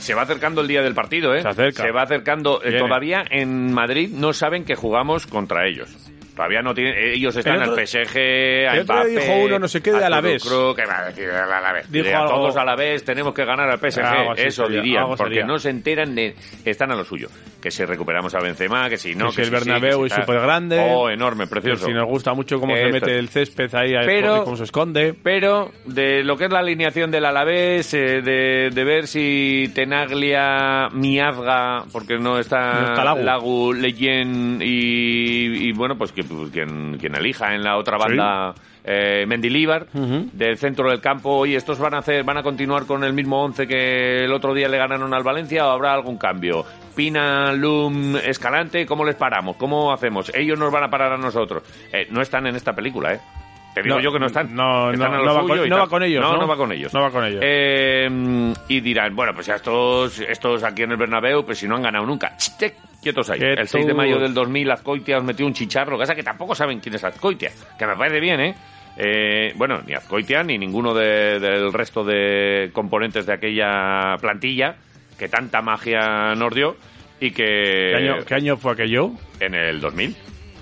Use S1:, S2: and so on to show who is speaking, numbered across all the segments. S1: Se va acercando el día del partido, ¿eh?
S2: Se acerca.
S1: va acercando. Eh,
S2: Viene.
S1: todavía en Madrid no saben que jugamos contra ellos. Todavía no tienen. Ellos están
S2: otro-
S1: al PSG, a
S2: el otro día
S1: Mbappé,
S2: dijo uno, no sé qué, de
S1: a Tony
S2: Alavés.
S1: Kroos, que va a decir al Alavés.
S2: Dijo
S1: Diría,
S2: algo-
S1: todos a la vez, tenemos que ganar al PSG.
S2: Algo así
S1: Eso
S2: sería,
S1: dirían,
S2: algo
S1: porque
S2: sería.
S1: no se enteran de. Están a lo suyo. Que si recuperamos a Benzema, que si no.
S2: Que si el
S1: sí,
S2: Bernabéu
S1: que
S2: es
S1: tal.
S2: supergrande.
S1: Oh, enorme, precioso.
S2: Si nos gusta mucho cómo se
S1: Esto.
S2: mete el césped ahí,
S1: Pero-
S2: cómo se esconde.
S1: Pero de lo que es la alineación del Alavés, eh, de, de ver si Tenaglia, Miazga, porque no está,
S2: No está Lagu.
S1: Leyen y, y, bueno, pues que- pues quien, quien elija en la otra banda. eh, Mendilíbar
S2: Ujú.
S1: del centro del campo y estos van a hacer van a continuar con el mismo once que el otro día le ganaron al Valencia o habrá algún cambio Pina Lum Escalante cómo les paramos cómo hacemos ellos nos van a parar a nosotros Eh, no están en esta película eh te digo
S2: No,
S1: yo que no están.
S2: no,
S1: Están
S2: no,
S1: a lo
S2: no va
S1: suyo
S2: con-
S1: y
S2: no
S1: tal.
S2: va con ellos,
S1: No,
S2: ¿no?
S1: va con ellos.
S2: No va con ellos.
S1: Eh, y dirán, bueno, pues a estos, estos aquí en el Bernabéu, pues si no han ganado nunca. Chiste, Quietos ahí. El
S2: Quietos.
S1: 6 de mayo del 2000, Azcoitia os metió un chicharro. Casa que tampoco saben quién es Azcoitia. Que me parece bien, ¿eh? Eh, bueno, ni Azcoitia ni ninguno de- del resto de componentes de aquella plantilla que tanta magia nos dio y que
S2: ¿Qué, Este año, qué año fue aquello?
S1: en el 2000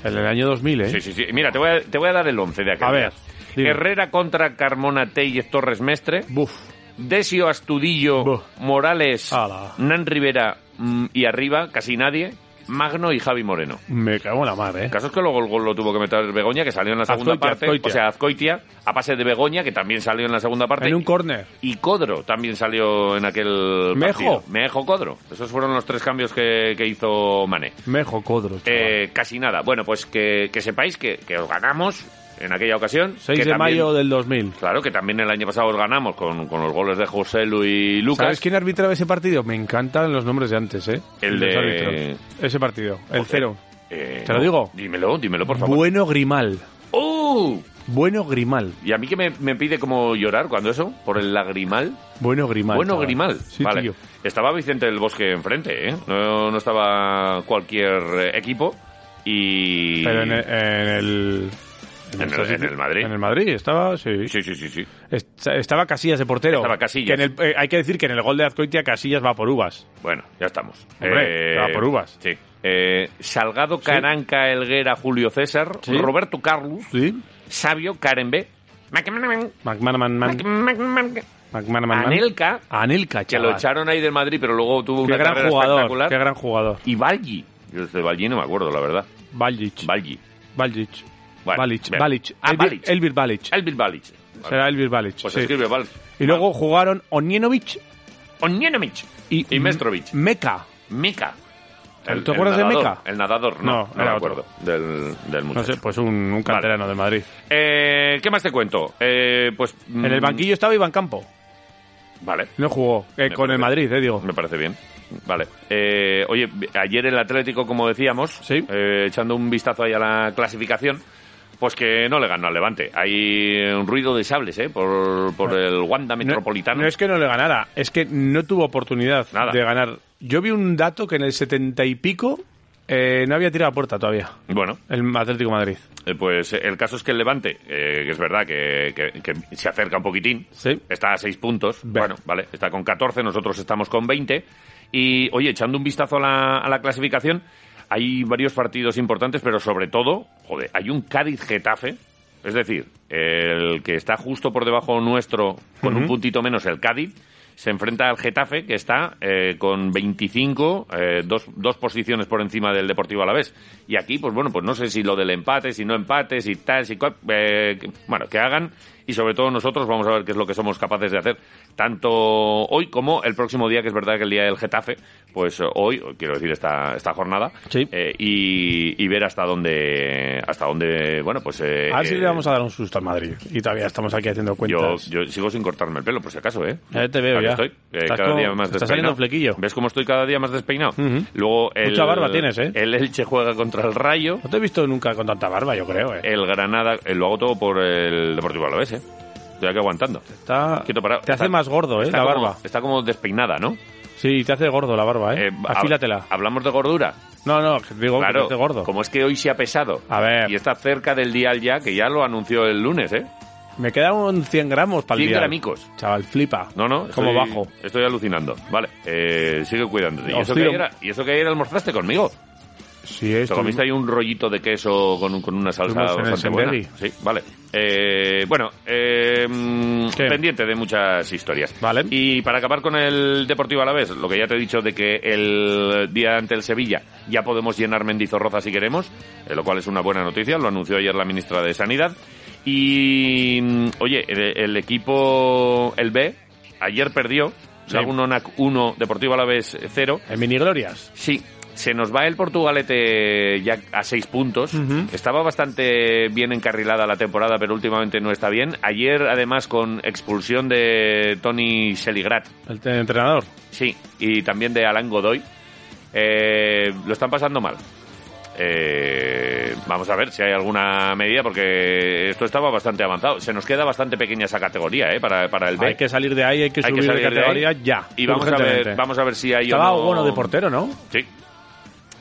S2: En el año 2000, ¿eh?
S1: Sí, sí, sí. Mira, te voy a, te voy a dar el 11 de aquel.
S2: A
S1: día.
S2: ver, dime.
S1: Herrera contra Carmona Tellez Torres Mestre.
S2: Buf.
S1: Desio Astudillo,
S2: Buh.
S1: Morales,
S2: Ala.
S1: Nan Rivera mm, y arriba, casi nadie, Magno y Javi Moreno.
S2: Me cago en la mar, ¿eh?
S1: El caso es que luego el gol lo tuvo que meter Begoña, que salió en la segunda
S2: Azcoitia,
S1: parte.
S2: Azcoitia.
S1: O sea, Azcoitia, a pase de Begoña, que también salió en la segunda parte.
S2: En un córner.
S1: Y Codro también salió en aquel
S2: Mejo.
S1: partido. Mejo, Codro. Esos fueron los tres cambios que, que hizo Mané.
S2: Mejo Codro, chaval.
S1: Eh, casi nada. Bueno, pues que, que sepáis que, que os ganamos en aquella ocasión.
S2: 6
S1: que
S2: de
S1: también-
S2: mayo del 2000.
S1: Claro, que también el año pasado os ganamos con, con los goles de José Luis Lucas.
S2: ¿Sabes quién arbitraba ese partido? Me encantan los nombres de antes, ¿eh?
S1: El
S2: Los
S1: de-
S2: árbitros. Ese partido, el cero.
S1: Eh,
S2: ¿Te lo digo?
S1: Dímelo, dímelo, por favor.
S2: Bueno Grimal.
S1: ¡Oh!
S2: Bueno Grimal.
S1: ¿Y a mí que me, me pide como llorar cuando eso? ¿Por el lagrimal?
S2: Bueno Grimal.
S1: bueno,
S2: chaval.
S1: Grimal.
S2: Sí,
S1: vale.
S2: tío.
S1: Estaba Vicente del Bosque enfrente, ¿eh? No, no estaba cualquier eh, equipo. Y.
S2: Pero en el... En el,
S1: En el- en el Madrid.
S2: En el Madrid, estaba, sí.
S1: Sí, sí, sí, sí.
S2: Est- Estaba Casillas de portero.
S1: Estaba Casillas.
S2: Que en el- eh, hay que decir que en el gol de Azcoitia Casillas va por uvas.
S1: Bueno, ya estamos.
S2: Hombre, te va por uvas.
S1: Sí. Eh, Salgado, Caranca, Helguera, Julio César,
S2: Sí.
S1: Roberto Carlos,
S2: Sí.
S1: Sabio, Karen B,
S2: McManaman. Man, McManaman. Man.
S1: Anelka,
S2: Anelka,
S1: que lo
S2: chaval.
S1: echaron ahí del Madrid, pero luego tuvo
S2: Qué
S1: una
S2: gran
S1: carrera
S2: jugador. Qué
S1: espectacular.
S2: gran jugador.
S1: Y Balgi. Yo de Balgi no me acuerdo, la verdad.
S2: Baljic.
S1: Balgi.
S2: Baljic.
S1: Bueno,
S2: Balic.
S1: bien.
S2: Balic.
S1: Ah,
S2: Elvir-
S1: Balic.
S2: Elvir Balic.
S1: Elvin Balgi.
S2: Será Elvir Balic.
S1: Pues
S2: sí.
S1: escribe Bal.
S2: Y luego jugaron Onienovic
S1: Onjenovic
S2: y,
S1: Y Mestrovic.
S2: Meca.
S1: Meca.
S2: ¿Te acuerdas de
S1: nadador,
S2: Meca?
S1: El nadador, no.
S2: No,
S1: No,
S2: era
S1: me
S2: otro.
S1: acuerdo del, del
S2: No
S1: muchacho.
S2: sé, pues un, un canterano de Madrid.
S1: Eh, ¿Qué más te cuento? Eh, pues. mm,
S2: En el banquillo estaba Iván Campo.
S1: Vale.
S2: No jugó. Eh,
S1: Me
S2: con
S1: parece.
S2: el Madrid, eh, digo.
S1: Me parece bien. Vale. Eh, oye, ayer el Atlético, como decíamos,
S2: Sí.
S1: eh, echando un vistazo ahí a la clasificación, pues que no le ganó al Levante. Hay un ruido de sables, ¿eh? Por, por el Wanda
S2: No-
S1: Metropolitano.
S2: No, es que no le ganara, es que no tuvo oportunidad
S1: Nada.
S2: de ganar. Yo vi un dato que en el setenta y pico eh, no había tirado a puerta todavía.
S1: Bueno,
S2: El Atlético de Madrid.
S1: eh, pues eh, el caso es que el Levante, eh, que es verdad que, que- que se acerca un poquitín,
S2: Sí.
S1: está a seis puntos.
S2: Bien.
S1: Bueno, vale, está con 14, nosotros estamos con 20. Y, oye, echando un vistazo a la, a la clasificación, hay varios partidos importantes, pero sobre todo, joder, hay un Cádiz-Getafe. Es decir, el que está justo por debajo nuestro, con un puntito menos, el Cádiz, se enfrenta al Getafe, que está eh, con 25, eh, dos, dos posiciones por encima del Deportivo Alavés. Y aquí, pues bueno, pues no sé si lo del empate, si no empate, si tal, si cual. eh, que- bueno, que hagan y sobre todo nosotros vamos a ver qué es lo que somos capaces de hacer, tanto hoy como el próximo día, que es verdad que el día del Getafe, pues eh, hoy, quiero decir, esta, esta jornada,
S3: Sí.
S1: eh, y, y ver hasta dónde, hasta dónde, bueno, pues... eh,
S2: A ver si
S1: eh,
S2: le vamos a dar un susto al Madrid. Y todavía estamos aquí haciendo
S1: yo,
S2: cuentas.
S1: yo sigo sin cortarme el pelo, por si acaso, ¿eh?
S3: Ya te veo,
S1: Aquí
S3: ya.
S1: estoy, eh,
S3: Estás
S1: cada
S3: como-
S1: día más
S3: te
S1: despeinado.
S3: está saliendo flequillo.
S1: ¿Ves cómo estoy cada día más despeinado?
S2: Ujú.
S1: Luego el,
S2: Mucha barba tienes, ¿eh?
S1: El Elche juega contra el Rayo,
S2: No te he visto nunca con tanta barba, yo creo, eh.
S1: el Granada... eh, lo hago todo por el Deportivo Alavés, ¿eh? Estoy aquí aguantando.
S2: Está-
S1: Quieto parado.
S2: te hace
S1: Está-
S2: más gordo, eh,
S1: está
S2: la
S1: como-
S2: barba.
S1: Está como despeinada, ¿no?
S2: Sí, te hace gordo la barba, eh.
S1: Eh, hab-
S2: Afílatela.
S1: Hablamos de gordura.
S2: No, no, que te digo
S1: Claro,
S2: que te hace gordo.
S1: como es que hoy se ha pesado.
S2: A ver.
S1: Y está cerca del dial ya, que ya lo anunció el lunes, ¿eh?
S2: Me quedan un 100 gramos para el
S1: 100
S2: día.
S1: gramicos.
S2: Chaval, flipa.
S1: No, no.
S2: Como
S1: estoy-
S2: bajo.
S1: Estoy alucinando. Vale, eh, sigue cuidándote. ¿Y eso, que
S2: Oscilo.
S1: ayer, ¿Y eso que ayer almorzaste conmigo?
S2: Sí, es.
S1: Te comiste ahí un rollito de queso con, un- con una salsa
S2: Fuimos en el
S1: bastante buena.
S2: Senderi.
S1: Sí, vale. Eh, bueno, eh, mm,
S2: ¿Qué?
S1: pendiente de muchas historias.
S2: Vale.
S1: Y para acabar con el Deportivo Alavés, lo que ya te he dicho de que el día ante el Sevilla ya podemos llenar Mendizorroza si queremos, eh, lo cual es una buena noticia, lo anunció ayer la ministra de Sanidad. Y, mm, oye, el, el equipo, el B, ayer perdió.
S2: Sí.
S1: Laguna Onac 1, Deportivo Alavés 0.
S2: En miniglorias.
S1: Sí, se nos va el Portugalete ya a seis puntos. Estaba bastante bien encarrilada la temporada, pero últimamente no está bien. Ayer, además, con expulsión de Tony Seligrat,
S2: El te- entrenador.
S1: sí, y también de Alan Godoy, eh, lo están pasando mal. Eh, vamos a ver si hay alguna medida, porque esto estaba bastante avanzado. Se nos queda bastante pequeña esa categoría, ¿eh? Para, para el B.
S2: Hay que salir de ahí, hay que
S1: Hay
S2: subir de
S1: salir ahí.
S2: categoría ya.
S1: Y vamos a, ver,
S2: urgentemente.
S1: vamos a ver si hay o
S2: Estaba
S1: no-
S2: bueno de portero, ¿no?
S1: Sí.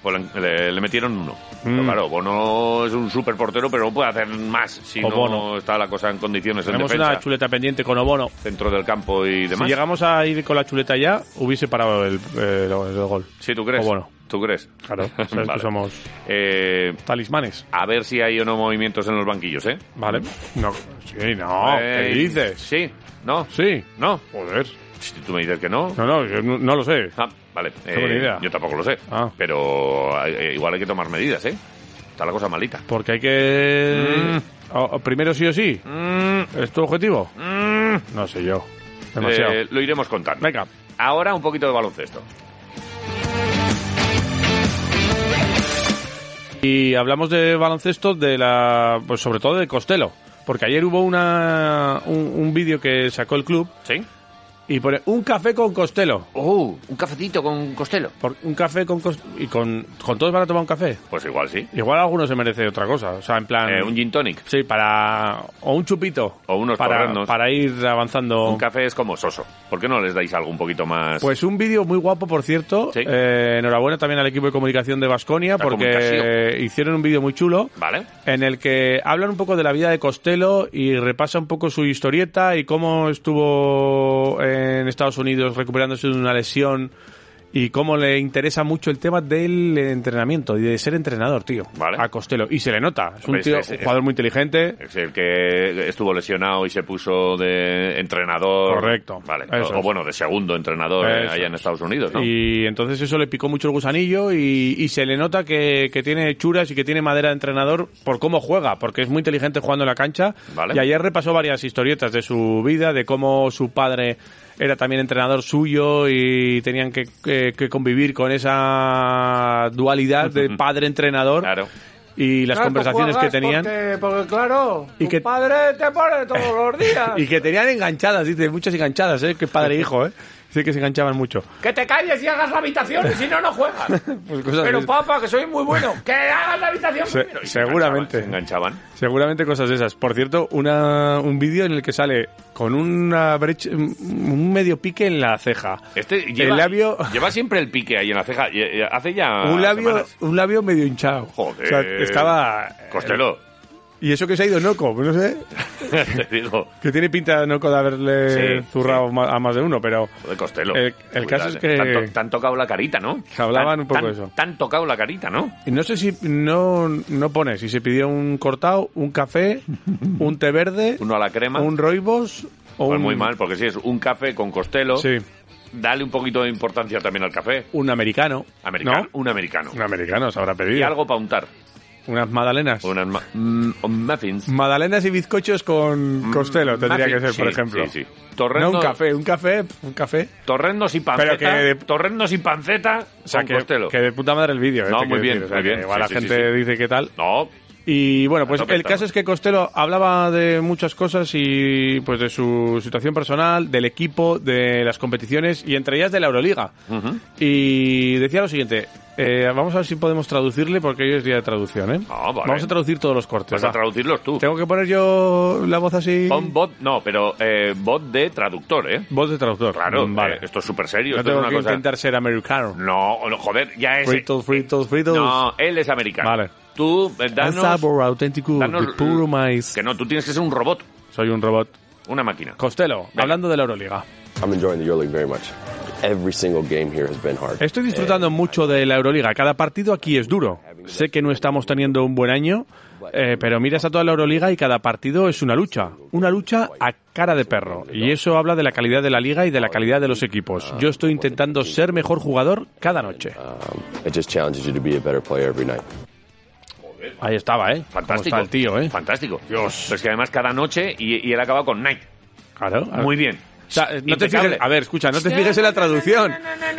S1: Pues le, le- le metieron uno.
S2: Mm.
S1: Pero claro, Bono es un super portero, pero no puede hacer más si
S2: O
S1: no
S2: Bono.
S1: está la cosa en condiciones en
S2: Tenemos
S1: defensa,
S2: una chuleta pendiente con Obono.
S1: centro del campo y
S2: Si
S1: demás.
S2: llegamos a ir con la chuleta ya, hubiese parado el, eh, el gol.
S1: Sí, tú crees.
S2: O Bono.
S1: ¿Tú crees?
S2: Claro, sabes
S1: Vale.
S2: que somos
S1: Eh,
S2: talismanes.
S1: a ver si hay o no movimientos en los banquillos, ¿eh?
S2: Vale. No, sí, no.
S1: Eh,
S2: ¿Qué dices?
S1: Sí, no,
S2: Sí.
S1: no.
S2: Joder.
S1: Si tú me dices que no.
S2: No, no, yo no, no lo sé.
S1: Ah, vale.
S2: Tengo
S1: Eh,
S2: ni idea.
S1: Yo tampoco lo sé.
S2: Ah.
S1: Pero eh, igual hay que tomar medidas, ¿eh? Está la cosa malita.
S2: Porque hay que. O- o primero sí o sí.
S1: Mm,
S2: ¿Es tu objetivo?
S1: mm.
S2: No sé yo. Demasiado.
S1: Eh, lo iremos contando.
S2: Venga.
S1: Ahora un poquito de baloncesto.
S2: Y hablamos de baloncesto, de la, pues sobre todo de Costello. Porque ayer hubo una, un, un vídeo que sacó el club
S1: ¿Sí?
S2: y pone un café con Costello.
S1: Oh, un cafecito con Costello.
S2: Por- un café con Cos- y con, con todos van a tomar un café.
S1: Pues igual sí.
S2: Igual alguno se merece otra cosa. O sea, en plan.
S1: Eh, un gin tonic.
S2: Sí, para. O un chupito.
S1: O unos
S2: para,
S1: torrenos.
S2: para ir avanzando.
S1: Un café es como soso. ¿Por qué no les dais algo un poquito más?
S2: Oh. Pues un vídeo muy guapo, por cierto.
S1: Sí.
S2: Eh, enhorabuena también al equipo de comunicación de Vasconia
S1: La
S2: porque
S1: comunicación.
S2: hicieron un vídeo muy chulo
S1: ¿Vale?
S2: en el que hablan un poco de la vida de Costello y repasa un poco su historieta y cómo estuvo en Estados Unidos recuperándose de una lesión y cómo le interesa mucho el tema del entrenamiento y de ser entrenador, tío,
S1: Vale.
S2: a Costello. Y se le nota. Es un
S1: Hombre,
S2: tío,
S1: es- es-
S2: un jugador muy inteligente.
S1: Es el que estuvo lesionado y se puso de entrenador.
S2: Correcto.
S1: Vale.
S2: Eso
S1: o o
S2: es.
S1: bueno, de segundo entrenador eh,
S2: Eso
S1: allá en
S2: es.
S1: Estados Unidos, ¿no?
S2: Y entonces eso le picó mucho el gusanillo y, y se le nota que, que tiene churas y que tiene madera de entrenador por cómo juega, porque es muy inteligente jugando en la cancha.
S1: Vale.
S2: Y ayer repasó varias historietas de su vida, de cómo su padre era también entrenador suyo y tenían que, que- que convivir con esa dualidad de padre-entrenador
S1: Claro.
S2: y las
S4: pues
S2: conversaciones que tenían.
S4: Porque, porque, claro,
S2: Y
S4: y
S2: que-
S4: que padre te pone todos los días.
S2: Y que tenían enganchadas, dice, muchas enganchadas, ¿eh? Que padre-hijo, ¿eh? Dice que se enganchaban mucho.
S4: Que te calles y hagas la habitación, y si no, no juegas.
S2: Pues cosas de
S4: Pero
S2: esas.
S4: papá, que soy muy bueno, que hagas la habitación
S2: Se-
S4: primero.
S2: seguramente.
S1: Se enganchaban.
S2: Seguramente cosas de esas. Por cierto, una, un vídeo en el que sale con una brecha, un medio pique en la ceja.
S1: Este lleva,
S2: labio-
S1: lleva siempre el pique ahí en la ceja. Y- y Hace ya
S2: un, labio,
S1: semanas.
S2: un labio medio hinchado.
S1: Joder.
S2: O sea, estaba... eh,
S1: Costello,
S2: Y eso que se ha ido Noco, pues no sé.
S1: te digo.
S2: Que tiene pinta de Noco de haberle
S1: Sí,
S2: zurrado ma- a más de uno, pero...
S1: Joder, Costello. eh.
S2: El- el caso es que-
S1: Te han, tocado la carita, ¿no?
S2: Que hablaban
S1: Tan-
S2: un poco
S1: tan-
S2: eso.
S1: Te han tocado la carita, ¿no?
S2: Y No sé si... No, no pone si se pidió un cortado, un café, un té verde,
S1: Uno a la crema.
S2: un roibos o
S1: Pues
S2: un...
S1: muy mal, porque si es un café con Costello,
S2: Sí.
S1: dale un poquito de importancia también al café.
S2: Un americano.
S1: Americano,
S2: ¿no?
S1: Un americano.
S2: Un americano se habrá pedido.
S1: Y algo para untar.
S2: Unas magdalenas.
S1: Unas ma- mm, muffins.
S2: Magdalenas y bizcochos con costelo tendría que ser,
S1: Muffins,
S2: por
S1: sí,
S2: ejemplo.
S1: Sí, sí.
S2: No
S1: Torrendo-
S2: un café, un café, un café.
S1: Torrendos y panceta.
S2: Pero que de-
S1: Torrendos y panceta
S2: O sea,
S1: con
S2: que,
S1: Costello.
S2: que de puta madre el vídeo. ¿eh?
S1: No,
S2: Te
S1: muy bien,
S2: quiero decir, o sea,
S1: muy
S2: que
S1: bien.
S2: Igual
S1: Sí,
S2: la
S1: sí,
S2: gente
S1: sí.
S2: dice qué tal.
S1: No,
S2: Y bueno, pues
S1: tope
S2: el
S1: estamos.
S2: caso es que Costello hablaba de muchas cosas y pues de su situación personal, del equipo, de las competiciones y entre ellas de la Euroliga.
S1: Ujú.
S2: Y decía lo siguiente, eh, vamos a ver si podemos traducirle porque hoy es día de traducción, ¿eh?
S1: Ah, vale.
S2: Vamos Pues a traducir todos los cortes.
S1: vas a
S2: va.
S1: traducirlos tú.
S2: Tengo que poner yo la voz así.
S1: Pon bot, no, pero eh, bot de traductor, ¿eh?
S2: Voz de traductor.
S1: Claro,
S2: Mm, Vale.
S1: eh, esto es súper serio.
S2: no
S1: esto es
S2: tengo
S1: una
S2: que
S1: cosa-
S2: intentar ser americano.
S1: No, no, joder, ya es.
S2: Fritos, fritos, fritos.
S1: No, él es americano.
S2: Vale.
S1: Tú, eh,
S2: Un
S1: danos.
S2: sabor auténtico
S1: danos-
S2: de puro maíz.
S1: Que no, tú tienes que ser un robot,
S2: Soy un robot.
S1: una máquina.
S2: Costello,
S1: Venga.
S2: hablando de la Euroliga.
S3: I'm enjoying the EuroLeague very much. Every single game here has been hard.
S2: Estoy
S1: Eh,
S2: disfrutando mucho de la Euroliga. Cada partido aquí es duro. Sé que no estamos teniendo un buen año, eh, pero miras a toda la Euroliga y cada partido es una lucha. Una lucha a cara de perro. Y eso habla de la calidad de la liga y de la calidad de los equipos. Yo estoy intentando ser mejor jugador cada noche.
S3: Um, it just challenges you to be a better player every night.
S2: Ahí estaba, ¿eh? Cómo
S1: Fantástico.
S2: está el tío, ¿eh?
S1: Fantástico. Dios. Pero es que además cada noche y, y él acaba con night.
S2: Claro.
S1: Muy bien.
S2: O sea, no te
S1: Impecable.
S2: fijes- a ver, escucha, no te fijes en la traducción.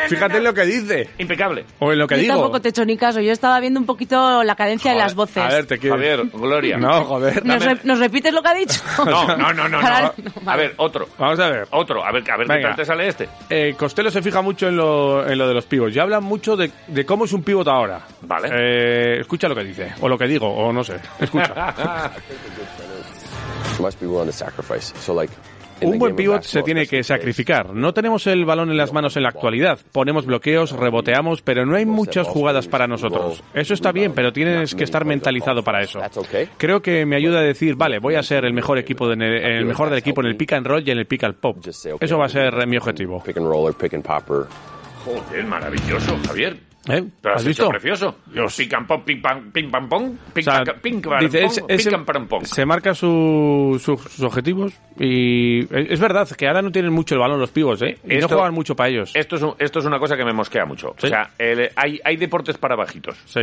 S2: Fíjate en lo que dice.
S1: Impecable.
S2: O en lo que
S5: yo
S2: digo.
S5: tampoco te he hecho ni caso. Yo estaba viendo un poquito la cadencia de las voces.
S2: A ver, te quiero.
S1: Javier, Gloria.
S2: No, joder.
S5: ¿Nos, re- nos repites lo que ha dicho?
S1: No, no, no, no. no.
S5: Ahora- no,
S1: A
S5: vale.
S1: ver, otro.
S2: Vamos a ver.
S1: Otro. A ver, a ver qué
S2: Venga.
S1: tal te sale este.
S2: Eh, Costello se fija mucho en lo, en lo de los pivots. Ya hablan mucho de, de cómo es un pivot ahora.
S1: Vale.
S2: Eh, escucha lo que dice, o lo que digo, o no sé. Escucha.
S3: You must be willing to sacrifice. So, like, in the
S2: Un buen
S3: game of
S2: pivot se
S3: basketball,
S2: tiene
S3: especially
S2: que
S3: today,
S2: sacrificar. No tenemos el balón en las manos en la actualidad. Ponemos bloqueos, reboteamos, pero no hay muchas jugadas para nosotros. Eso está bien, pero tienes que estar mentalizado para eso. Creo que me ayuda a decir, vale, voy a ser el mejor equipo de- en el, el mejor del equipo en el pick and roll y en el pick and pop.
S3: just say, okay,
S2: Eso va a ser mi objetivo.
S3: Pick and roll or pick and popper.
S1: Joder, maravilloso, Javier.
S2: ¿Eh?
S1: Pero
S2: ¿Has visto?
S1: precioso. Los ping pam pom, ping pam, ping pam pom, ping
S2: O sea,
S1: pam, ping pam
S2: dice,
S1: pom,
S2: es- es-
S1: ping pam pam pom.
S2: se marca su- su- sus objetivos y es, es verdad que ahora no tienen mucho el balón los pibos, ¿eh? Y
S1: Esto-
S2: no juegan mucho para ellos.
S1: Esto es, un- esto es una cosa que me mosquea mucho.
S2: Sí.
S1: O sea, el- hay, hay deportes para bajitos
S2: sí.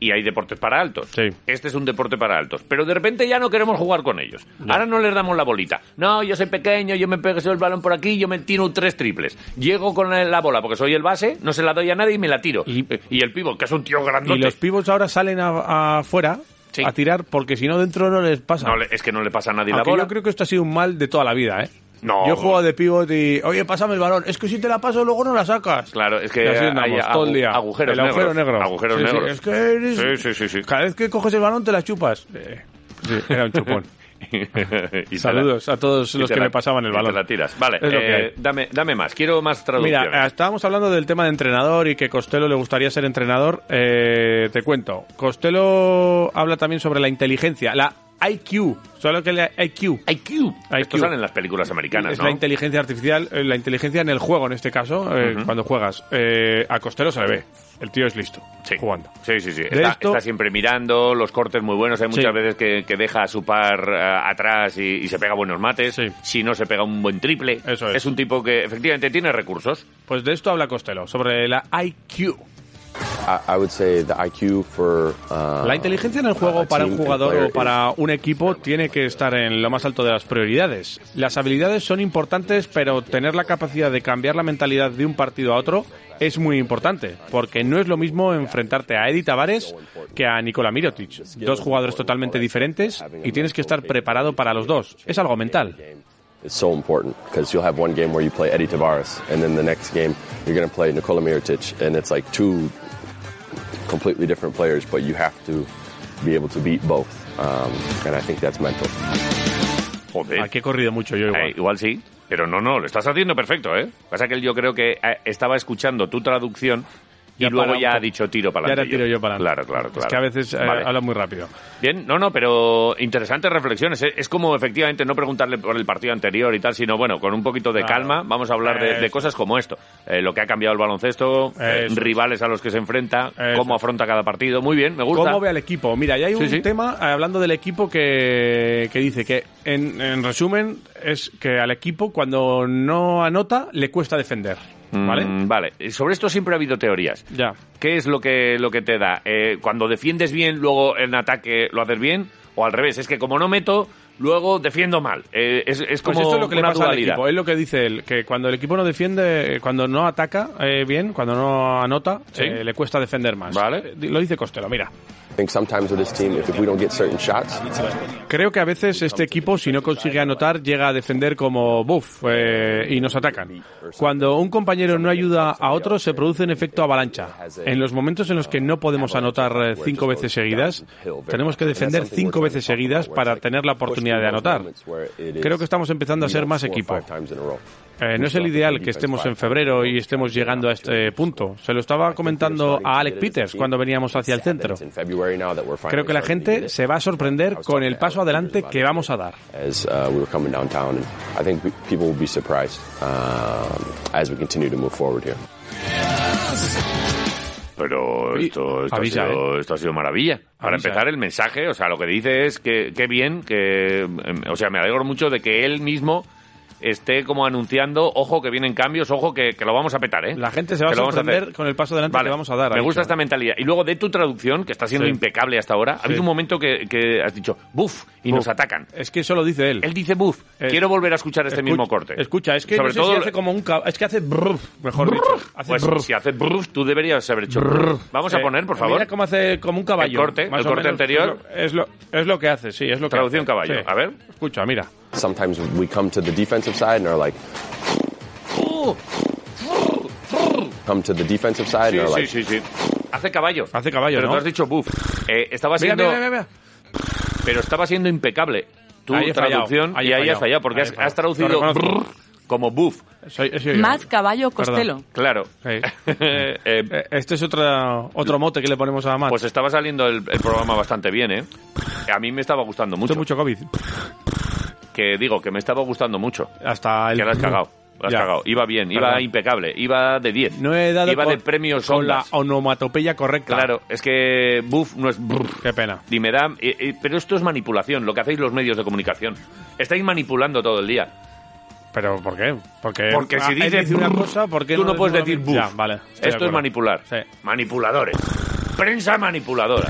S1: y hay deportes para altos.
S2: Sí.
S1: Este es un deporte para altos. Pero de repente ya no queremos jugar con ellos. Ahora no les damos la bolita. No, yo soy pequeño, yo me pego el balón por aquí, yo me tiro tres triples. Llego con la, la bola porque soy el base, no se la doy a nadie y me la tiro.
S2: Y-
S1: Y, el pivo, que es un tío
S2: Y
S1: grandote.
S2: los pibos ahora salen a- afuera
S1: Sí.
S2: a tirar porque si no dentro no les pasa.
S1: No le- es que no le pasa a nadie
S2: Aunque
S1: la bola.
S2: yo creo que esto ha sido un mal de toda la vida, ¿eh?
S1: No.
S2: Yo juego de pivot y, oye, pásame el balón. Es que si te la paso, luego no la sacas.
S1: Claro, es que
S2: Y así
S1: hay
S2: andamos
S1: agu-
S2: todo el día.
S1: agujeros
S2: el agujero
S1: negros,
S2: negro.
S1: agujeros
S2: Sí, sí,
S1: negros.
S2: es que eres-
S1: Sí, sí, sí, sí.
S2: Cada vez que coges el balón te la chupas. Eh, sí, era un chupón.
S1: Y te la-
S2: Saludos a todos
S1: y
S2: los
S1: te
S2: que
S1: la-
S2: me pasaban el
S1: y te
S2: balón.
S1: la tiras. Vale,
S2: Es lo que
S1: eh,
S2: hay.
S1: dame, dame más. Quiero más traducciones.
S2: Mira, eh, estábamos hablando del tema de entrenador y que Costello le gustaría ser entrenador. Eh, te cuento. Costello habla también sobre la inteligencia, la IQ. Solo que la IQ.
S1: IQ. Esto
S2: IQ.
S1: sale en las películas americanas,
S2: es
S1: ¿no?
S2: la inteligencia artificial, eh, la inteligencia en el juego en este caso, eh, cuando juegas. Eh, a Costello se le ve. El tío es listo
S1: Sí.
S2: jugando.
S1: Sí, sí, sí.
S2: De
S1: Está,
S2: esto-
S1: está siempre mirando, los cortes muy buenos. Hay muchas
S2: Sí.
S1: veces que, que deja a su par eh, atrás y, y se pega buenos mates.
S2: Sí.
S1: Si no, se pega un buen triple.
S2: Eso es.
S1: Es un tipo que efectivamente tiene recursos.
S2: Pues de esto habla Costello, sobre la IQ.
S3: I, I would say the IQ for. Uh,
S1: Ah,
S2: La inteligencia en el
S3: a
S2: juego para un
S3: team, for
S2: jugador
S3: player
S2: o para un equipo tiene que estar en lo más alto de las prioridades. Las habilidades son importantes, pero tener la capacidad de cambiar la mentalidad de un partido a otro es muy importante, porque no es lo mismo enfrentarte a Edi Tavares que a Nikola Mirotic, dos jugadores totalmente diferentes y tienes que estar preparado para los dos. Es algo mental.
S3: is so important because you'll have one game where you play Eddie Tavares, and then the next game you're going to play Nikola Mirotic, and it's like two completely different players, but you have to be able to beat both, um, and I think that's mental.
S1: Joder.
S2: Aquí he corrido mucho yo
S1: Eh,
S2: igual.
S1: igual sí, pero no, no, lo estás haciendo perfecto, ¿eh? Pasa que él yo creo que eh, estaba escuchando tu traducción y
S2: Ya para
S1: luego
S2: un
S1: ya ha
S2: poco.
S1: dicho tiro para
S2: Y
S1: adelante.
S2: ahora tiro yo para
S1: Claro,
S2: adelante.
S1: claro, claro.
S2: Es que a veces eh,
S1: Vale.
S2: habla muy rápido.
S1: Bien, no, no, pero interesantes reflexiones. ¿eh? Es como efectivamente no preguntarle por el partido anterior y tal, sino bueno, con un poquito de
S2: Claro.
S1: calma vamos a hablar de, de
S2: Eso.
S1: cosas como esto. Eh, lo que ha cambiado el baloncesto, eh,
S2: Eso.
S1: rivales a los que se enfrenta,
S2: Eso.
S1: cómo afronta cada partido. Muy bien, me gusta.
S2: ¿Cómo ve al equipo? Mira, ya hay
S1: Sí,
S2: un
S1: sí.
S2: tema eh, hablando del equipo que, que dice que, en, en resumen, es que al equipo cuando no anota le cuesta defender. ¿Vale? Pues
S1: Mm, Vale. Eh, Sobre esto siempre ha habido teorías.
S2: Ya.
S1: ¿Qué es lo que, lo que te da? Eh, cuando defiendes bien, luego en ataque lo haces bien, o al revés. Es que como no meto, luego defiendo mal. Eh, es, es
S2: Pues
S1: como
S2: esto es lo que le
S1: una
S2: pasa al
S1: dualidad.
S2: equipo. Es lo que dice él, que cuando el equipo no defiende, eh, cuando no ataca eh, bien, cuando no anota,
S1: Sí.
S2: eh, le cuesta defender más.
S1: Vale.
S2: Eh, Lo dice Costello, mira.
S3: I think sometimes with this team, if, if we don't get certain shots,
S2: Creo que a veces este equipo, si no consigue anotar, llega a defender como buff eh, y nos atacan. Cuando un compañero no ayuda a otro, se produce un efecto avalancha. En los momentos en los que no podemos anotar eh, cinco veces seguidas, tenemos que defender cinco veces seguidas para tener la oportunidad de anotar. Creo que estamos empezando a ser más equipo. Eh, no es el ideal que estemos en febrero y estemos llegando a este punto. Se lo estaba comentando a Alec Peters cuando veníamos hacia el centro. Creo que la gente se va a sorprender con el paso adelante que vamos a dar.
S3: as uh, we were coming downtown. And I think we- people will be surprised um, as we continue to move forward here.
S1: Pero esto, esto,
S2: avisa, ¿eh?
S1: ha sido, esto ha sido maravilla. Para
S2: Avisa,
S1: empezar,
S2: eh.
S1: el mensaje, o sea, lo que dice es que qué bien, que, em, o sea, me alegro mucho de que él mismo esté como anunciando, ojo que vienen cambios, ojo que, que lo vamos a petar, ¿eh?
S2: La gente se va
S1: Que
S2: a
S1: lo vamos
S2: sorprender
S1: hacer.
S2: con el paso adelante
S1: Vale.
S2: que vamos a dar. ha
S1: Me gusta
S2: dicho.
S1: esta mentalidad. Y luego de tu traducción, que está siendo
S2: Sí.
S1: impecable hasta ahora, ha habido un momento que, que has dicho, buf, y
S2: Buf.
S1: nos atacan.
S2: Es que eso lo dice él.
S1: Él dice, buf,
S2: Eh,
S1: quiero volver a escuchar este
S2: Escu-
S1: mismo corte.
S2: Escucha, es que
S1: Sobre
S2: no sé
S1: todo-
S2: si hace como un... ca- Es que hace brrr, mejor dicho. Hace
S1: Pues
S2: brrr.
S1: si hace bruf, tú deberías haber hecho bruf. Vamos a
S2: Eh,
S1: poner, por favor.
S2: Mira cómo hace como un caballo.
S1: El corte,
S2: más
S1: el
S2: o
S1: corte
S2: menos,
S1: anterior.
S2: Es lo, es lo que hace, sí, es lo que
S1: Traducción
S2: hace.
S1: caballo.
S2: Sí.
S1: A ver.
S2: Escucha, mira.
S3: Sometimes we come to the defensive side and are like, come to the defensive side
S1: Sí,
S3: and are
S1: sí, sí,
S3: like,
S1: sí. Hace caballo.
S2: Hace caballo,
S1: Pero
S2: ¿no?
S1: tú has dicho buff. Eh, estaba
S2: Mira,
S1: siendo,
S2: mira, mira, mira.
S1: pero estaba siendo impecallado tu
S2: Ahí he fallado,
S1: traducción
S2: ahí
S1: y
S2: he
S1: ahí
S2: fallado,
S1: has fallado porque
S2: ahí he
S1: has,
S2: fallado.
S1: has traducido
S2: Lo reconozco.
S1: brrr como buff.
S2: Soy- he sido yo.
S5: Más caballo Costello.
S1: Claro.
S2: Sí.
S1: Eh,
S2: Eh, Este es otro, otro mote que le ponemos a Matt.
S1: pues estaba saliendo el, el programa bastante bien, ¿eh? A mí me estaba gustando
S2: Esto
S1: mucho.
S2: es mucho COVID.
S1: Que digo, que me estaba gustando mucho.
S2: Hasta el...
S1: Que la has cagado. La has
S2: Ya.
S1: cagado. Iba bien, iba
S2: Perdón.
S1: impecable, iba de 10.
S2: No he dado
S1: iba de
S2: con-
S1: premios
S2: con la
S1: Ondas.
S2: onomatopeya correcta.
S1: Claro, es que buff no es brrr.
S2: Qué pena.
S1: Y me da. eh, eh, pero esto es manipulación, lo que hacéis los medios de comunicación. Estáis manipulando todo el día.
S2: ¿Pero por qué? Porque,
S1: Porque si
S2: él
S1: dice
S2: una
S1: buf,
S2: cosa, ¿por qué
S1: tú no,
S2: decimos
S1: puedes
S2: lo
S1: decir
S2: mismo?
S1: buff.
S2: Ya, vale. estoy de
S1: Esto es
S2: acuerdo.
S1: manipular.
S2: Sí.
S1: Manipuladores. Prensa manipuladora.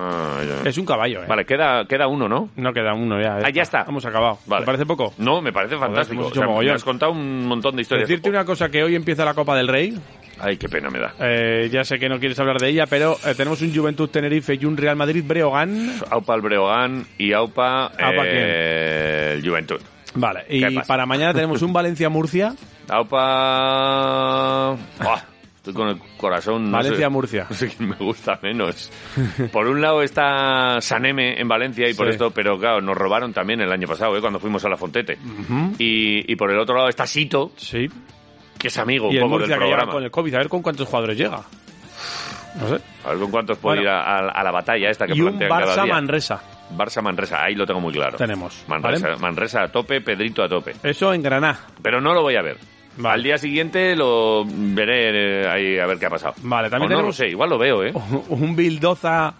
S1: Ay, ay.
S2: Es un caballo, ¿eh?
S1: Vale, queda, queda uno, ¿no?
S2: No queda uno ya.
S1: Ah, ya está.
S2: Hemos acabado.
S1: Vale.
S2: ¿Te parece poco?
S1: No, me parece fantástico.
S2: hemos hecho
S1: O sea, me
S2: mogollón.
S1: has contado un montón de historias.
S2: Decirte una cosa que hoy empieza la Copa del Rey.
S1: Ay, qué pena me da.
S2: Eh, ya sé que no quieres hablar de ella, pero eh, tenemos un Juventud Tenerife y un Real Madrid Breogán.
S1: Aupa el Breogán y Aupa,
S2: ¿Aupa
S1: eh, el Juventud.
S2: Vale.
S1: ¿Qué
S2: Y
S1: pasa?
S2: para mañana tenemos un Valencia Murcia.
S1: Aupa. Buah, estoy con el corazón. no
S2: Valencia
S1: sé-
S2: Murcia.
S1: No sé quién me gusta menos. Por un lado está Saneme en Valencia y por
S2: Sí.
S1: esto, pero claro, nos robaron también el año pasado, ¿eh? cuando fuimos a la Fontete. y, y por el otro lado está Sito,
S2: Sí.
S1: que es amigo un
S2: Y el
S1: poco
S2: Murcia
S1: del
S2: que llega
S1: programa.
S2: con el COVID. A ver con cuántos jugadores llega. No sé.
S1: A ver con cuántos puede
S2: Bueno.
S1: ir a, a- a la batalla esta que
S2: Y un
S1: plantean cada
S2: Barça
S1: día.
S2: Manresa.
S1: Barça Manresa, ahí lo tengo muy claro.
S2: Tenemos,
S1: Manresa,
S2: ¿vale?
S1: Manresa a tope, Pedrito a tope.
S2: Eso en Granada.
S1: Pero no lo voy a ver.
S2: Vale.
S1: Al día siguiente lo veré eh, ahí a ver qué ha pasado.
S2: Vale, también
S1: O no lo
S2: tenemos- Oh.
S1: sé, igual lo veo, ¿eh?
S2: Un Bildoza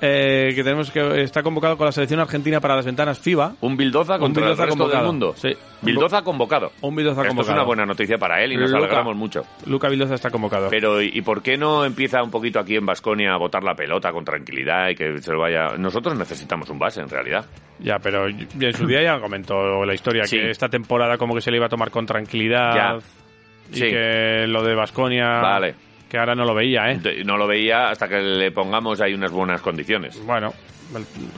S2: eh, que tenemos que está convocado con la selección argentina para las ventanas FIBA.
S1: Un Bildoza
S2: Un
S1: contra
S2: Bildoza
S1: el resto
S2: convocado.
S1: del mundo.
S2: Sí.
S1: Bildoza convocado.
S2: Un Bildoza
S1: Esto es
S2: convocado.
S1: una buena noticia para él y nos
S2: Luca.
S1: alegramos mucho.
S2: Luca Vildoza está convocado.
S1: Pero, ¿y y por qué no empieza un poquito aquí en Basconia a botar la pelota con tranquilidad y que se lo vaya...? Nosotros necesitamos un base, en realidad.
S2: Ya, pero en su día ya comentó la historia
S1: Sí.
S2: que esta temporada como que se le iba a tomar con tranquilidad
S1: Ya.
S2: y
S1: Sí.
S2: que lo de Vasconia
S1: Vale.
S2: que ahora no lo veía, ¿eh?
S1: De- No lo veía hasta que le pongamos ahí unas buenas condiciones.
S2: Bueno,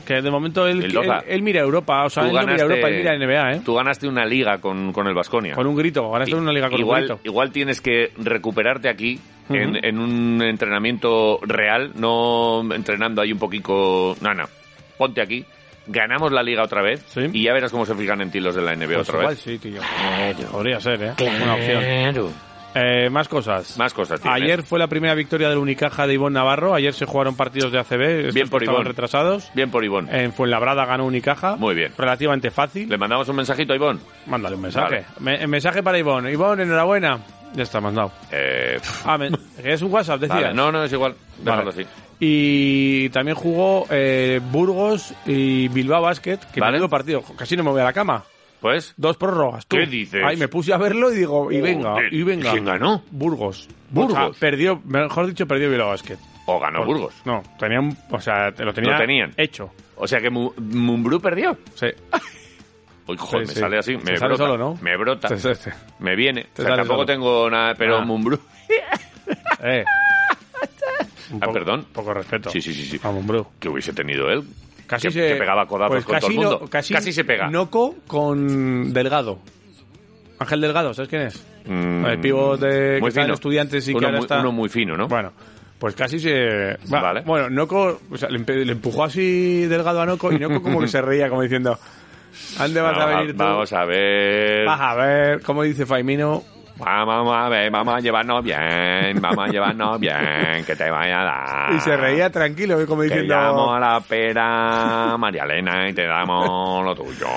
S2: que de momento él, él,
S1: Mendoza.
S2: él mira Europa, o sea, él no mira Europa, él mira NBA, ¿eh?
S1: tú ganaste una liga con, con el Basconia.
S2: Con un grito, ganaste una liga con
S1: igual,
S2: un grito.
S1: igual tienes que recuperarte aquí
S2: Ujú.
S1: en, en un entrenamiento real, no entrenando ahí un poquito. No, no. Ponte aquí. Ganamos la liga otra vez
S2: Sí.
S1: y ya verás cómo se fijan en ti los de la NBA
S2: Pues
S1: otra
S2: igual
S1: vez.
S2: sí, tío. Podría ser, ¿eh? Una opción. Eh, más cosas.
S1: Más cosas. tienes.
S2: Ayer fue la primera victoria del Unicaja de Ivón Navarro. Ayer se jugaron partidos de ACB. estos
S1: Bien
S2: que
S1: por
S2: estaban
S1: Ivón.
S2: retrasados.
S1: Bien por Ivón.
S2: En Fuenlabrada ganó Unicaja.
S1: Muy bien.
S2: Relativamente fácil.
S1: Le mandamos un mensajito a Ivón.
S2: Mándale un mensaje. Me- mensaje para Ivonne. Ivonne, enhorabuena. Ya está, mandado.
S1: Eh, pff,
S2: Ah, me- es un WhatsApp, decías.
S1: vale. No, no, es igual.
S2: Vale.
S1: Déjalo así.
S2: Y también jugó eh, Burgos y Bilbao Basket. Que
S1: Vale.
S2: menudo partido. Casi no me voy a la cama.
S1: Pues,
S2: Dos prórrogas. tú.
S1: ¿Qué dices?
S2: Ay, me puse a verlo y digo, y venga,
S1: Joder,
S2: y venga.
S1: oh, ¿quién ganó?
S2: Burgos.
S1: Burgos.
S2: O sea, perdió, mejor dicho, perdió Bilbao Basket.
S1: o ganó
S2: Por-
S1: Burgos.
S2: No, tenían, o sea, te lo tenían,
S1: Lo tenían.
S2: hecho.
S1: O sea que Mu- Mumbrú perdió.
S2: Sí.
S1: Uy, joder,
S2: Sí,
S1: me
S2: sí.
S1: sale así,
S2: Se
S1: me
S2: sale
S1: brota.
S2: solo, ¿no?
S1: Me brota.
S2: Sí, sí, sí.
S1: Me viene. O sea,
S2: sale
S1: tampoco
S2: solo.
S1: tengo nada, pero
S2: Ah.
S1: Mumbrú.
S2: Eh. Un
S1: Ah,
S2: poco-
S1: perdón.
S2: un Poco respeto.
S1: Sí, sí, sí, sí.
S2: Vamos, bro.
S1: Que hubiese tenido él.
S2: Casi
S1: que,
S2: se
S1: que pegaba codazos
S2: pues
S1: con todo
S2: casi
S1: el mundo.
S2: no-
S1: casi, se pega.
S2: Noco con Delgado. Ángel Delgado, ¿sabes quién es?
S1: Mm,
S2: el pivot de que
S1: muy
S2: está en
S1: fino.
S2: estudiantes y
S1: uno,
S2: que ahora
S1: muy,
S2: está...
S1: uno muy fino, ¿no?
S2: Bueno, pues casi se... va,
S1: Vale.
S2: Bueno, Noco, o sea, le, empe- le empujó así Delgado a Noco y Noco como que se reía, como diciendo, ¿a dónde vas
S1: vamos,
S2: a venir tú?
S1: vamos a ver.
S2: Vas a ver, como dice Faimino,
S1: Vamos a ver, vamos a llevarnos bien, vamos a llevarnos bien, que te vaya a dar.
S2: y se reía tranquilo, eh, como
S1: Te
S2: diciendo...
S1: Ah. llamo a la pera María Elena y te damos lo tuyo.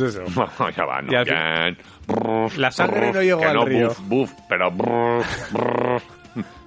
S2: eso.
S1: Vamos, ya va, no,
S2: Y al
S1: bien. Brr,
S2: La sangre
S1: brr,
S2: no llegó
S1: que
S2: al
S1: no,
S2: río.
S1: Buf, buf, pero brr, brr.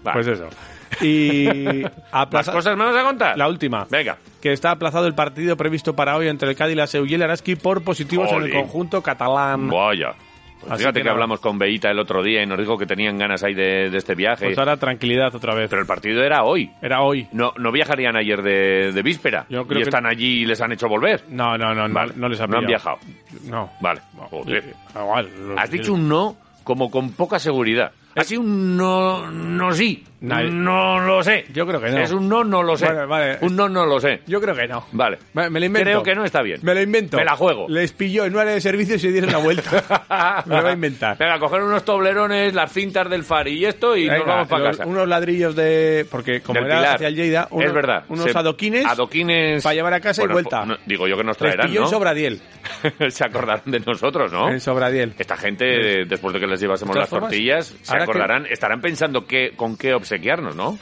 S1: Va.
S2: Pues eso. Y
S1: Las
S2: aplaza-
S1: cosas me vas a contar.
S2: la última.
S1: Venga.
S2: que está aplazado el partido previsto para hoy entre el Cádiz y la Seu y el Araski por positivos en
S1: Jolín.
S2: el conjunto catalán.
S1: Vaya. Pues
S2: Así
S1: fíjate
S2: que
S1: que,
S2: nada.
S1: hablamos con Beita el otro día y nos dijo que tenían ganas ahí de, de este viaje.
S2: Pues ahora tranquilidad otra vez.
S1: Pero el partido era hoy.
S2: Era hoy.
S1: No, no viajarían ayer de, de víspera.
S2: Yo creo
S1: y
S2: que-
S1: están allí y les han hecho volver.
S2: No, no, no, no,
S1: Vale.
S2: no les ha
S1: No han
S2: pillado.
S1: viajado.
S2: No.
S1: Vale.
S2: No.
S1: Joder.
S2: Ah, Igual, los-
S1: Pues Has dicho un no como con poca seguridad. Ha sido un no, no sí.
S2: Nadie-
S1: No lo sé.
S2: Yo creo que no.
S1: Es un no, no lo sé.
S2: Vale, vale.
S1: Un no, no lo sé.
S2: Yo creo que no.
S1: Vale.
S2: Me, me lo invento.
S1: Creo que no está bien.
S2: Me lo invento.
S1: Me la juego.
S2: Les pilló en un área de servicio y se dieron la vuelta. me lo voy a inventar.
S1: Venga, coger unos toblerones, las cintas del Fari y esto y nos
S2: Venga,
S1: vamos para
S2: los-
S1: casa.
S2: Unos ladrillos de. Porque como
S1: Del
S2: era
S1: Pilar.
S2: hacia el Lleida, unos,
S1: es verdad.
S2: unos
S1: Se-
S2: adoquines.
S1: adoquines
S2: pa' llevar a casa y
S1: Bueno,
S2: vuelta.
S1: no- digo yo que nos
S2: les
S1: traerán,
S2: pilló
S1: ¿no?
S2: en Sobradiel.
S1: se acordarán de nosotros, ¿no?
S2: En Sobradiel.
S1: Esta gente, eh, después de que les llevásemos
S2: De
S1: las
S2: todas formas,
S1: tortillas, se
S2: ahora que-
S1: acordarán, estarán pensando qué, con qué obsequiarnos, ¿no?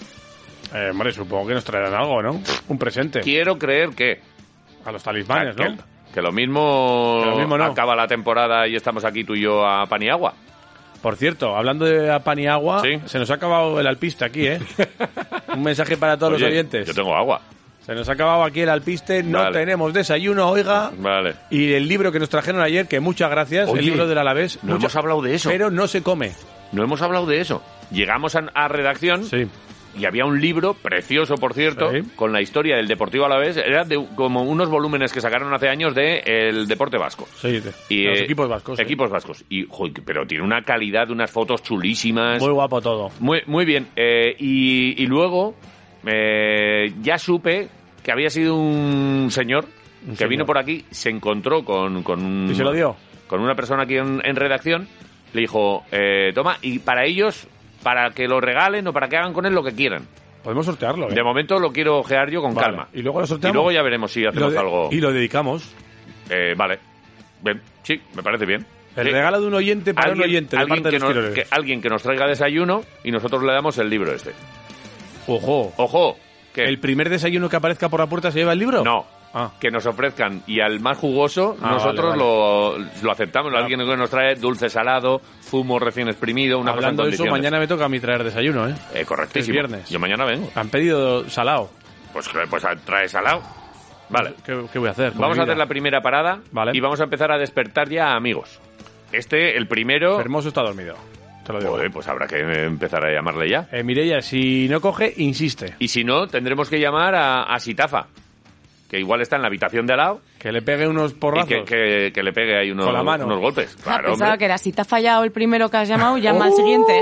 S2: Eh, hombre, supongo que nos traerán algo, ¿no? Un presente.
S1: Quiero creer que...
S2: A los talismanes,
S1: que,
S2: ¿no?
S1: que lo mismo,
S2: Que lo mismo no.
S1: acaba la temporada y estamos aquí tú y yo a Paniagua.
S2: Por cierto, hablando de Paniagua,
S1: Sí.
S2: se nos ha acabado el alpiste aquí, ¿eh? Un mensaje para todos
S1: Oye,
S2: los oyentes.
S1: Yo tengo agua.
S2: Se nos ha acabado aquí el alpiste, no
S1: Vale.
S2: tenemos desayuno, oiga.
S1: Vale.
S2: Y el libro que nos trajeron ayer, que muchas gracias,
S1: Oye,
S2: el libro del Alavés.
S1: no
S2: muchas-
S1: hemos hablado de eso.
S2: Pero no se come.
S1: No hemos hablado de eso. Llegamos a, a redacción y había un libro, precioso por cierto,
S2: Sí.
S1: con la historia del Deportivo Alavés. Era de, como unos volúmenes que sacaron hace años de el deporte vasco.
S2: sí. de-
S1: Y,
S2: de los
S1: eh,
S2: equipos vascos. sí.
S1: Equipos vascos. Y, joder, pero tiene una calidad, unas fotos chulísimas.
S2: Muy guapo todo.
S1: Muy, muy bien. Eh, y, y luego eh, ya supe que había sido un señor que
S2: señor.
S1: vino por aquí, se encontró con, con un-
S2: ¿Y se lo dio?
S1: con una persona aquí en, en redacción, le dijo, eh, toma, y para ellos, para que lo regalen o para que hagan con él lo que quieran.
S2: Podemos sortearlo. ¿eh?
S1: De momento lo quiero ojear yo con
S2: Vale.
S1: calma.
S2: Y luego lo sorteamos.
S1: Y luego ya veremos si
S2: Y lo
S1: hacemos
S2: de-
S1: algo.
S2: Y lo dedicamos.
S1: Eh, vale. Bien. Sí, me parece bien.
S2: El
S1: Sí.
S2: regalo de un oyente para un oyente de
S1: alguien
S2: parte
S1: que
S2: de los
S1: nos-
S2: tirones.
S1: que- alguien que nos traiga desayuno y nosotros le damos el libro este.
S2: Ojo.
S1: Ojo, que
S2: ¿El primer desayuno que aparezca por la puerta se lleva el libro?
S1: no,
S2: Ah.
S1: que nos ofrezcan y al más jugoso
S2: Ah,
S1: nosotros
S2: vale,
S1: Lo, lo aceptamos. Alguien que nos trae dulce salado, zumo recién exprimido, una cosa
S2: Hablando de
S1: en
S2: eso,
S1: condiciones.
S2: mañana me toca a mí traer desayuno, ¿eh?
S1: Eh, correctísimo.
S2: Es viernes.
S1: Yo mañana vengo.
S2: Han pedido salado.
S1: Pues, claro, pues trae salado. Vale.
S2: ¿Qué, qué voy a hacer? con
S1: Vamos
S2: mi
S1: a
S2: vida?
S1: hacer la primera parada
S2: Pues, Vale.
S1: y vamos a empezar a despertar ya a amigos. Este, el primero.
S2: Hermoso está dormido. Te lo digo.
S1: Joder, pues habrá que empezar a llamarle ya.
S2: Eh, Mireia, si no coge, insiste.
S1: Y si no, tendremos que llamar a, a Sitafa, que igual está en la habitación de al lado
S2: Que le pegue unos
S1: y
S2: porrazos.
S1: que, que- que le pegue ahí unos,
S2: Con la mano.
S1: unos golpes.
S5: Ah,
S1: Claro,
S5: pensaba
S1: hombre. Oh.
S5: que era si te ha fallado el primero que has llamado, llama al siguiente.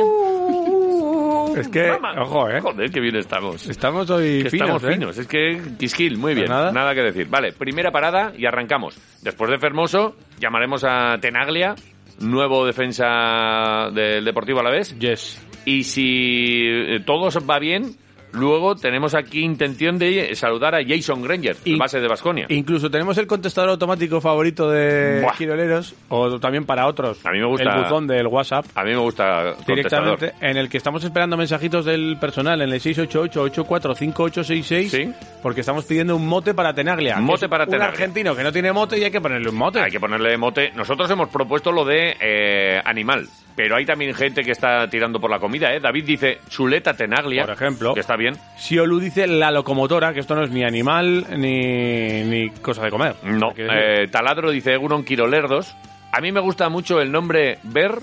S2: Es que,
S1: Mamá.
S2: ojo, ¿eh?
S1: Joder, qué bien estamos.
S2: Estamos hoy
S1: Que
S2: finos,
S1: estamos
S2: ¿eh?
S1: finos. Es que Quisquil, muy bien.
S2: Pues nada.
S1: Nada. que decir. Vale, primera parada y arrancamos. Después de Fermoso, llamaremos a Tenaglia, nuevo defensa del Deportivo Alavés.
S2: Yes.
S1: Y si eh, todo va bien, luego tenemos aquí intención de saludar a Jason Granger,
S2: Y-
S1: el base de Basconia.
S2: Incluso tenemos el contestador automático favorito de
S1: Buah.
S2: Quiroleros, o también para otros.
S1: A mí me gusta-
S2: El buzón del WhatsApp.
S1: A mí me gusta contestador.
S2: directamente en el que estamos esperando mensajitos del personal en el 688-845866
S1: Sí.
S2: porque estamos pidiendo un mote para Tenaglia. que
S1: Mote
S2: es
S1: para
S2: un
S1: Tenaglia.
S2: argentino que no tiene mote y hay que ponerle un mote.
S1: Hay que ponerle mote. Nosotros hemos propuesto lo de eh, animal, pero hay también gente que está tirando por la comida, ¿eh? David dice chuleta tenaglia.
S2: Por ejemplo.
S1: Que está bien.
S2: Siolu dice la locomotora, que esto no es ni animal ni, ni cosa de comer.
S1: No.
S2: Hay que decir.
S1: eh, taladro dice Egunon Quirolerdos. A mí me gusta mucho el nombre Ber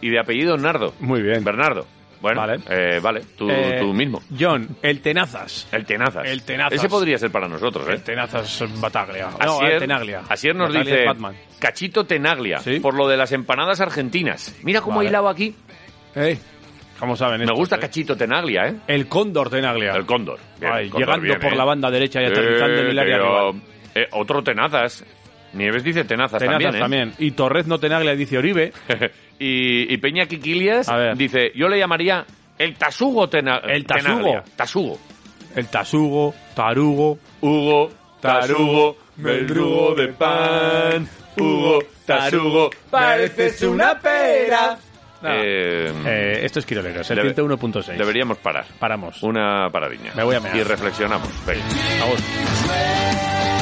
S1: y de apellido Nardo.
S2: Muy bien.
S1: Bernardo. Bueno,
S2: Vale.
S1: vale, vale tú,
S2: Eh,
S1: tú mismo.
S2: John, el tenazas.
S1: El Tenazas.
S2: El Tenazas.
S1: Ese podría ser para nosotros, ¿eh?
S2: El tenazas Bataglia. No, el
S1: Asier,
S2: tenaglia.
S1: Asier nos
S2: Bataglia es
S1: dice
S2: Batman.
S1: Cachito Tenaglia
S2: Sí.
S1: por lo de las empanadas argentinas. Mira cómo
S2: Vale.
S1: he hilado aquí.
S2: Ey, ¿Cómo saben?
S1: Me
S2: estos,
S1: gusta
S2: eh?
S1: Cachito Tenaglia, ¿eh?
S2: El cóndor tenaglia.
S1: El cóndor. Bien,
S2: Ay,
S1: el cóndor
S2: llegando
S1: bien,
S2: por
S1: ¿eh?
S2: la banda derecha y
S1: Eh,
S2: aterrizando en el área
S1: pero,
S2: rival.
S1: eh, otro Tenazas. Nieves dice Tenazas,
S2: Tenazas
S1: también, ¿eh?
S2: Y Torrez no tenaglia dice Oribe.
S1: y, y Peña Quiquilias
S2: A ver.
S1: dice, yo le llamaría el Tasugo Tena-
S2: El Tasugo.
S1: Tenaglia. Tasugo.
S2: El tasugo, tarugo.
S1: Hugo, Tarugo, Meldrugo de pan. Hugo, Tasugo,
S4: Pareces una pera.
S2: Nada.
S1: Eh,
S2: Eh, esto es Quiroleros, el
S1: Debe-
S2: 101.6.
S1: Deberíamos parar.
S2: Paramos.
S1: Una paradiña.
S2: Me voy a mear.
S1: Y reflexionamos. Venga.
S2: Agur.